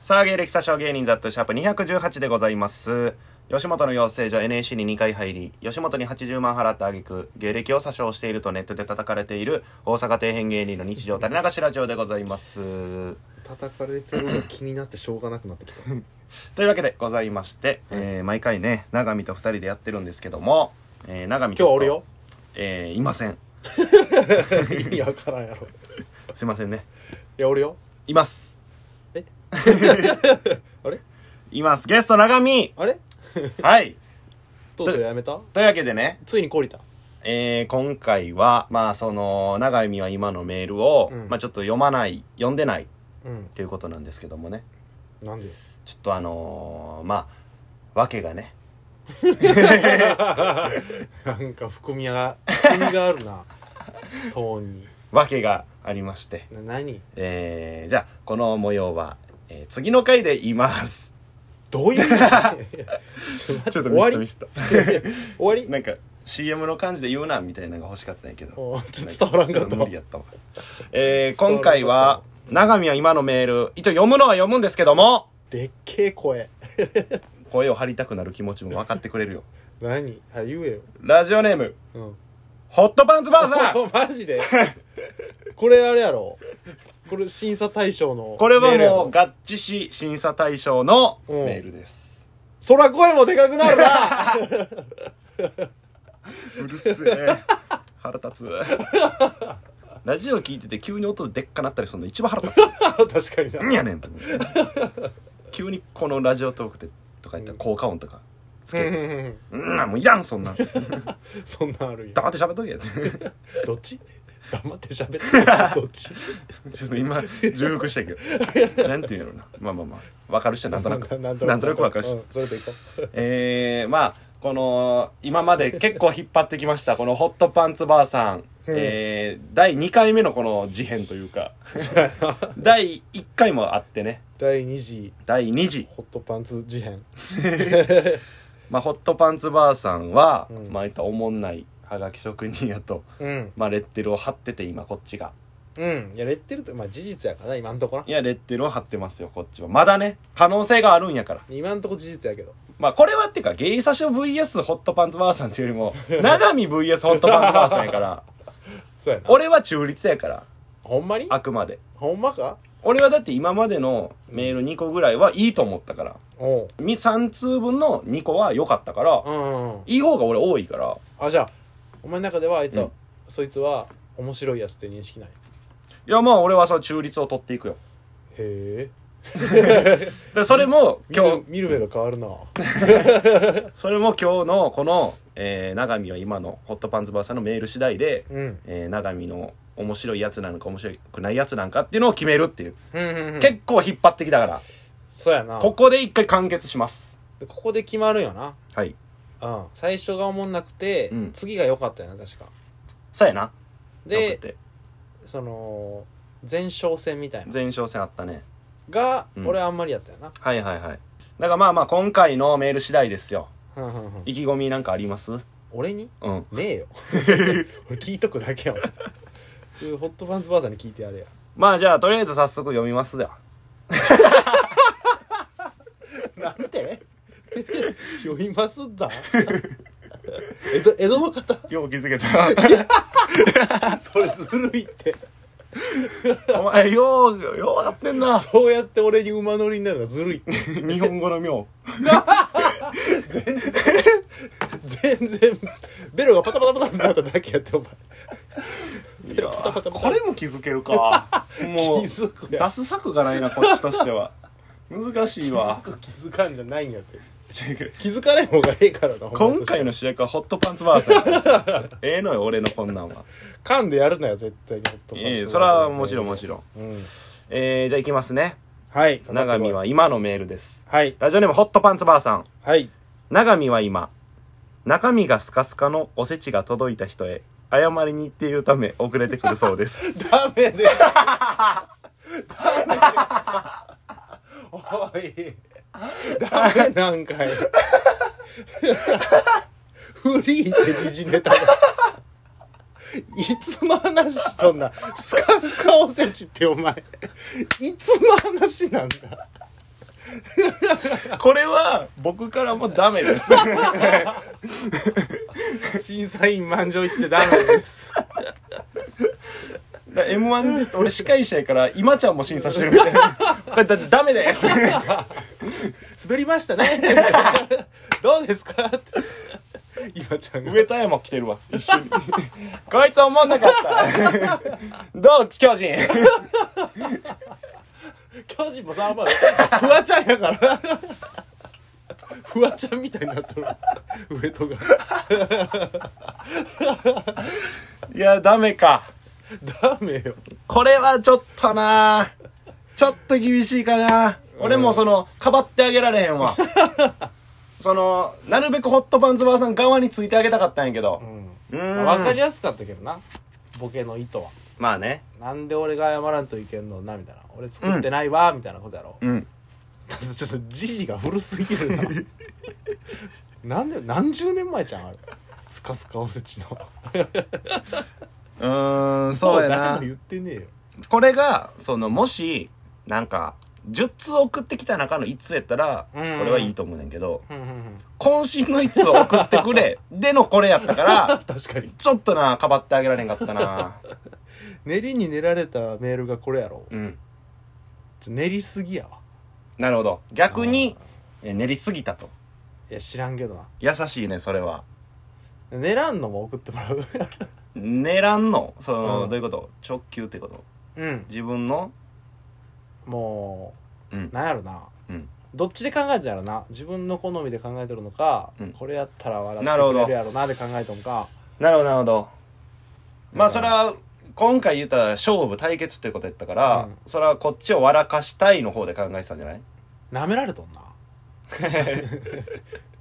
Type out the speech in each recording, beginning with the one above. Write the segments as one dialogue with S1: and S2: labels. S1: さあ、芸歴詐称芸人ザットシャープ218でございます。吉本の養成所 NAC に2回入り、吉本に80万払った挙句、芸歴を詐称しているとネットで叩かれている大阪底辺芸人の日常垂れ流しラジオでございます。
S2: 叩かれてるのが気になってしょうがなくなってき た
S1: というわけでございまして、えー毎回ね、永見と2人でやってるんですけども、えー、永見
S2: 今日は俺よ。
S1: えー、いません。
S2: 意味わからんやろ い
S1: すいませんね。
S2: や俺よ
S1: います。
S2: あれ
S1: います。ゲスト永 見
S2: あれ
S1: はい。
S2: とうとうやめた
S1: というわけでね、
S2: ついに懲りた
S1: えー今回は、まあ、その、長見は今のメールを、
S2: うん
S1: まあ、ちょっと読まない、読んでないっ
S2: うん
S1: ていうことなんですけどもね。
S2: なん で
S1: ちょっとあのーまあ、わけがね。
S2: なんか含みが含みがあるなトーンに
S1: わけがありまして。
S2: な何
S1: えーじゃあ、この模様は、えー次の回で言います。
S2: ど ういう意味ちょ
S1: ちょっ
S2: っと待って
S1: と
S2: 終
S1: ミ
S2: わ
S1: ストミ
S2: り
S1: スト。
S2: 終 わり
S1: なんか、CM の感じで言うな、みたいなのが欲しかったんやけど。
S2: おーちょっと伝わらんかっ
S1: ち
S2: た
S1: ょと無理やったわ。えー今回は、長見は今のメール、一応読むのは読むんですけども、
S2: でっけえ声
S1: 声を張りたくなる気持ちも分かってくれるよ。
S2: 何はい言えよ
S1: ラジオネーム、
S2: うん
S1: ホットパンツばあさん
S2: マジでこれあれやろこれ審査対象の
S1: これは
S2: メールやろ
S1: もう合致し審査対象のメールです。
S2: そら声もでかくなるな
S1: うるせえ。 腹立つ。 ラジオ聞いてて急に音でっかなったりするの一番腹 立つ。
S2: 確かにな
S1: 何やねんと思って。急にこのラジオトークでとか言ったら効果音とかつけ
S2: うん
S1: て。
S2: うんうん
S1: うん、もういらん、そんなん。
S2: そんなんあるんや
S1: 黙って喋っとけ。
S2: どっち黙って喋 ってどっち
S1: ちょっと今、重複したけ ど。なんて言うんやろうな。まあまあまあ。わかる人なんとなく。なんとなくわかる人
S2: うん。それでいこう
S1: えー、まあこの今まで結構引っ張ってきましたこのホットパンツばあさん、えー、第2回目のこの事変という か第1回もあってね
S2: 第2次
S1: 第2次、
S2: ホットパンツ事変
S1: まあ、ホットパンツばあさんは、
S2: うん
S1: まあ言ったらおもんないはがき職人やと、
S2: うん
S1: まあ、レッテルを貼ってて今こっちが
S2: うんいやレッテルってまあ事実やからな今んとこない
S1: やレッテルを貼ってますよこっちはまだね可能性があるんやから
S2: 今んとこ事実やけど
S1: まあこれはっていうかゲイサショ VS ホットパンツばあさんっていうよりも 永見 VS ホットパンツばあさんやから
S2: そうやな
S1: 俺は中立やから
S2: ほんまに
S1: あくまで
S2: ほんまか
S1: 俺はだって今までのメール2個ぐらいはいいと思ったから
S2: おう
S1: み3通分の2個は良かったから、
S2: うんうん
S1: いい方が俺多いから
S2: あじゃあお前の中ではあいつは、
S1: うん
S2: そいつは面白いやつって認識ない
S1: いやまあ俺はその中立を取っていくよ
S2: へえ
S1: でそれも今
S2: 今
S1: 日
S2: 日見る目が変わるな
S1: それも今日のこの、えー、長見は今のホットパンツバーさんのメール次第で、
S2: うん
S1: えー、長見の面白いやつなのか面白くないやつなんかっていうのを決めるっていう、結
S2: 結構
S1: 構引っ張ってきたから
S2: そうやな
S1: ここで一回完結します
S2: でここで決まるよな
S1: はい
S2: うん最初がおもんなくて、
S1: うん
S2: 次が良かったよな確か
S1: そうやなよ
S2: で
S1: くて
S2: その前哨戦みたいな
S1: 前哨戦あったね
S2: が、
S1: うん
S2: 俺あんまりやったよな
S1: はいはいはい。だからまあまあ今回のメール次第ですよ。
S2: ふんふんふん
S1: 意気込みなんかありますうん。
S2: 俺に
S1: ホ
S2: ねえよ 俺聞いとくだけやもん そういうホットパンツばあさんに聞いてやれや
S1: まあじゃあとりあえず早速読みますでは。
S2: なん て読みますんだ 江戸江戸の方
S1: よう気づけた。
S2: それずるいって
S1: お前よう、ようやってんな。
S2: そうやって俺に馬乗りになるのがずるいって
S1: 日本語の妙。
S2: 全然ベロがパタパタパタってなっただけやってお前
S1: いやこれも気づける か。もう、
S2: 気づくや
S1: 出す策がないな、こっちとしては。難しい わ。
S2: 気づかんじゃないんやって気づかない方がええからな
S1: 今回の主役はホットパンツバーサー です。ええのよ、俺のこんなんは。
S2: 噛んでやるなよ絶対にホットパンツ
S1: ええそれはもちろんもちろん。
S2: ろん、うん、
S1: えー、じゃあ行きますね。
S2: はい
S1: 長見は今のメールです。
S2: はい
S1: ラジオネームホットパンツばあさん。
S2: はい
S1: 長見は今、中身がスカスカのおせちが届いた人へ、謝りに行っているため遅れてくるそうです。
S2: ダメです ダメですおいダメなんかいフリーって時事ネタだいつの話しとんなスカスカおせちってお前いつの話なんだ
S1: これは僕からもダメです
S2: 審査員満場一致でダメ です。
S1: m 1俺司会者やから今ちゃんも審査してるみたいなこれだダメです
S2: 滑りましたね。どうですかって。今ちゃんが。
S1: 上田山来てるわ一緒にこいつ思んなかったどう巨人
S2: 巨人もサーバーで。 フワちゃんやから。フワちゃんみたいになっとる。上戸が。
S1: いやダメか
S2: ダメよ。
S1: これはちょっとなちょっと厳しいかな俺もそのかばってあげられへんわそのなるべくホットパンツバーさん側についてあげたかったんやけどうーん
S2: まあわかりやすかったけどな。ボケの意図は。
S1: まあね
S2: なんで俺が謝らんといけんのな、みたいな。俺作ってないわ、みたいなことやろ。
S1: うん
S2: ただちょっとじじが古すぎるななんで何十年前じゃんあれスカスカおせちの
S1: うーんそうや
S2: 誰
S1: な
S2: も言ってねえよ
S1: これがそのもしなんか10通送ってきた中の1通やったら
S2: うん
S1: 俺はいいと思うねんけど
S2: うんうんうん
S1: 渾身の1通送ってく れでのこれやったから
S2: 確かに
S1: ちょっとなかばってあげられんかったな
S2: 練りに練られたメールがこれやろ
S1: うん
S2: 練りすぎやわ
S1: なるほど逆にえ練りすぎたと
S2: いや知らんけどな
S1: 優しいねそれは
S2: 練らんのも送ってもらう
S1: 狙んのその、
S2: うん
S1: どういうこと直球ってこと
S2: うん
S1: 自分の
S2: も
S1: うん
S2: うなんやろな
S1: うん
S2: どっちで考えてんやろな自分の好みで考えてるのか、
S1: うん
S2: これやったら笑っ
S1: なるほ
S2: て
S1: ど
S2: くれるやろなで考えてんか
S1: なるほどなるほどまあそれは今回言ったら勝負対決ってことやったから、
S2: うん
S1: それはこっちを笑かしたいの方で考えてたんじゃない
S2: なめられと んな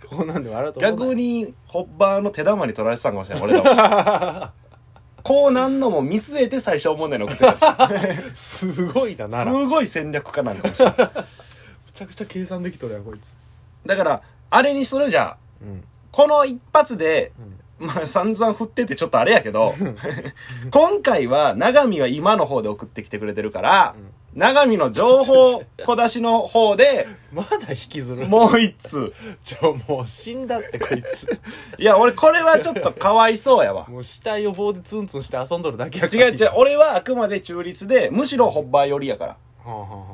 S2: こんなんで笑うと思うな
S1: 逆にホッバーの手玉に取られてたんかもしれない俺らは こうなんのも見据えて最初思うねんの送って たか
S2: すごいな
S1: ら
S2: な
S1: す
S2: らむ
S1: ごい戦略家なんかもしれない
S2: ちゃくちゃ計算できとるやんこいつ
S1: だからあれにするじゃん
S2: うん
S1: この一発で
S2: うん
S1: まあ散々振っててちょっとあれやけど、今回は長見は今の方で送ってきてくれてるから、長見の情報小出しの方で、
S2: まだ引きずるも
S1: もう一通。
S2: うちょもう死んだってこい つ
S1: いや、俺これはちょっとかわいそうやわ。
S2: もう死体を棒でツンツンして遊んどるだけや
S1: 違う違う、俺はあくまで中立で、むしろホッバー寄りやから。
S2: はんはんはん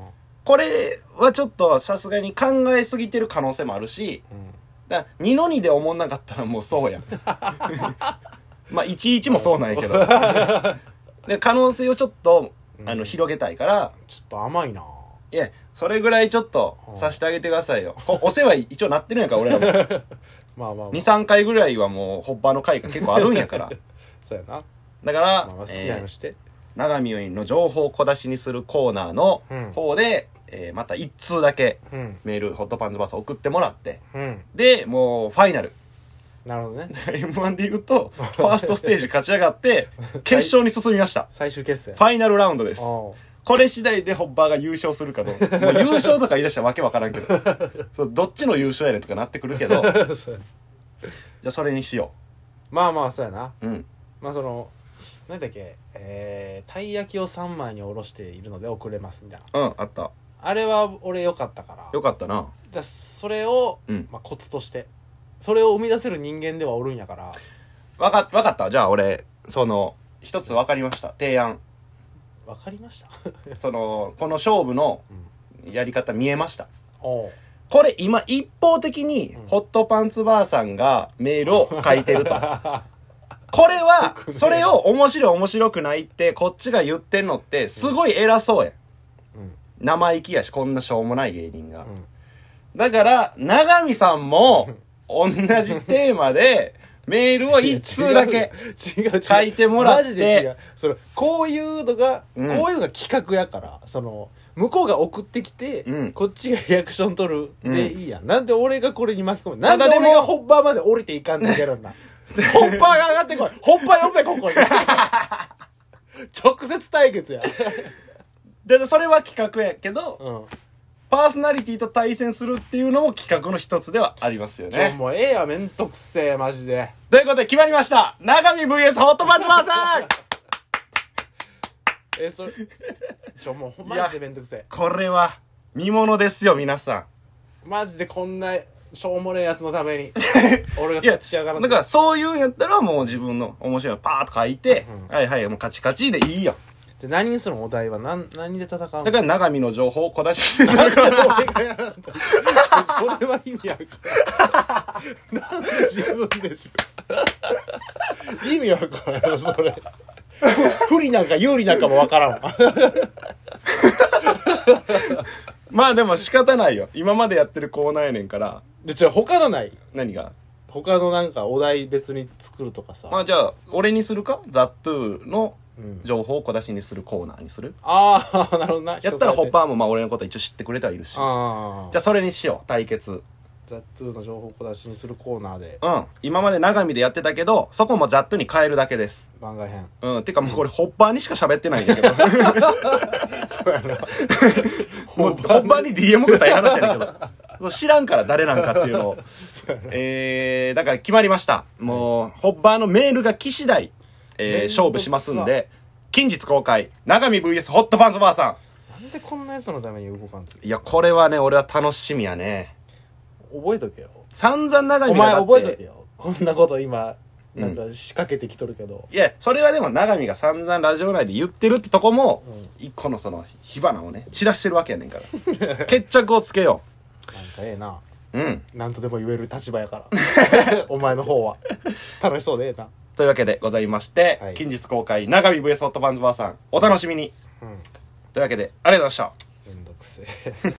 S1: これはちょっとさすがに考えすぎてる可能性もあるし、
S2: うん
S1: だから二の二で思んなかったらもうそうやん まあ11もそうなんやけ どで可能性をちょっとあの広げたいから、
S2: ちょっと甘いない
S1: やそれぐらいちょっとさしてあげてくださいよ、こお世話一応なってるんやから俺ら も
S2: まあまあ、まあ、
S1: 23回ぐらいはもうホッパーの回が結構あるんやから
S2: そうやな、ま
S1: だから
S2: あ、 まあ好きな
S1: え
S2: の
S1: ー
S2: して、
S1: 永見よの情報を小出しにするコーナーの方で、えーまた1通だけ
S2: うん
S1: メールホットパンツバース送ってもらって
S2: うん
S1: でもうファイナル
S2: なるほどね
S1: M1 で言うと、ファーストステージ勝ち上がって、決勝に進みました。
S2: 最終決戦
S1: ファイナルラウンドです。
S2: おう
S1: これ次第でホッバーが優勝するかどうか。もう優勝とか言い出したらわけわからんけど。そうどっちの優勝やねんとかなってくるけど、じゃ
S2: そうや
S1: あそれにしよ
S2: まあまあそうやな
S1: う。うん。
S2: まあその何だっけえー、たい焼きを3枚におろしているので遅れますみたいな
S1: うん、あった。
S2: あれは俺良かったから
S1: よかったな。
S2: じゃあそれを、
S1: うん
S2: まあ、コツとしてそれを生み出せる人間ではおるんやから
S1: わか、わかった。じゃあ俺、その、一つわかりました。提案。
S2: わかりました
S1: その、この勝負のやり方見えました。
S2: おう
S1: これ今一方的にホットパンツばあさんがメールを書いて ると。これは、それを面白い面白くないってこっちが言ってんのってすごい偉そうやん。
S2: うん
S1: 生意気やし、こんなしょうもない芸人が
S2: う。ん
S1: だから、長見さんも同じテーマ でメールを一通だけ。
S2: 違う違う違う
S1: 書いてもらって
S2: マジで違うそのこういうのが、
S1: うん
S2: こういうのが企画やからその向こうが送ってきて、
S1: うん
S2: こっちがリアクション取るで
S1: うん
S2: いいやん、なんで俺がこれに巻き込むな
S1: た
S2: んで
S1: だでも
S2: 俺がホッパーまで降りていかんといけるんだ ホッパーが上がってこい ホッパー呼べここに 直接対決や、
S1: だってそれは企画やけど、
S2: うん
S1: パーソナリティと対戦するっていうのも企画の一つではありますよ
S2: ちょ、
S1: ね。
S2: もうええや、めんどくせえ、マジで。
S1: ということで決まりました長見 VS ホットパンツばあさん
S2: え、それ。ちょ、もう、
S1: いや
S2: マジでめんどくせえ。
S1: これは見ものですよ、皆さん。
S2: マジでこんなしょうもねえやつのため に俺が
S1: いや
S2: 立ち上がら
S1: だからそういうんやったらもう自分の面白いのパーッと書いて、はいはいもうカチカチでいいやん
S2: で何にするのお題は何何で戦うの
S1: だから長見の情報を小出しでだから
S2: ら俺がやらんと それは意味わからんなんで自分でしょ意味わからんよそれ不利なんか有利なんかもわからんわ
S1: まあでも仕方ないよ今までやってるコーナーやねんから
S2: でちょ他のない
S1: 何が
S2: 他のなんかお題別に作るとかさ、
S1: まあ
S2: あ
S1: じゃあ俺にするかザ・トゥーの情報を小出しにするコーナーにする、
S2: あーなるほどな
S1: やったらホッ
S2: ー
S1: パーもまあ俺のこと一応知ってくれてはいるしじゃ
S2: あじゃ
S1: あそれにしよう対決
S2: ザ・トゥーの情報小出しにするコーナーで
S1: うん今まで長見でやってたけどそこもザ・トゥーに変えるだけです
S2: 番外編
S1: うんてかもうこれホッパーにしか喋ってないんだけど
S2: そうやな
S1: もうホッパーに DM くたい話やねん けど知らんから誰なんかっていうのを
S2: そうやな
S1: えー、だから決まりました。もう、ホッバーのメールが来次第、えー
S2: めんどくさ
S1: 勝負しますんで、近日公開、長見 VS ホットパンツバーさ
S2: なんでこんなやつのために動かんって
S1: ん。いや、これはね、俺は楽しみやね。
S2: 覚えとけよ
S1: 散々長
S2: お
S1: 見が
S2: 前
S1: だって
S2: 覚えとけよこんなこと今なんか仕掛けてきとるけど、
S1: いや、それはでも長見が散々ラジオ内で言ってるってとこも、一個のその火花をね、散らしてるわけやねんから。決着をつけよ
S2: なんかええな
S1: う。うん。
S2: なんとでも言える立場やから お前の方は楽しそうでええな
S1: というわけでございまして、
S2: はい
S1: 近日公開、長見 VS ホットパンツバーさん、お楽しみに。
S2: うん
S1: というわけで、ありがとうございました。
S2: めんどくせえ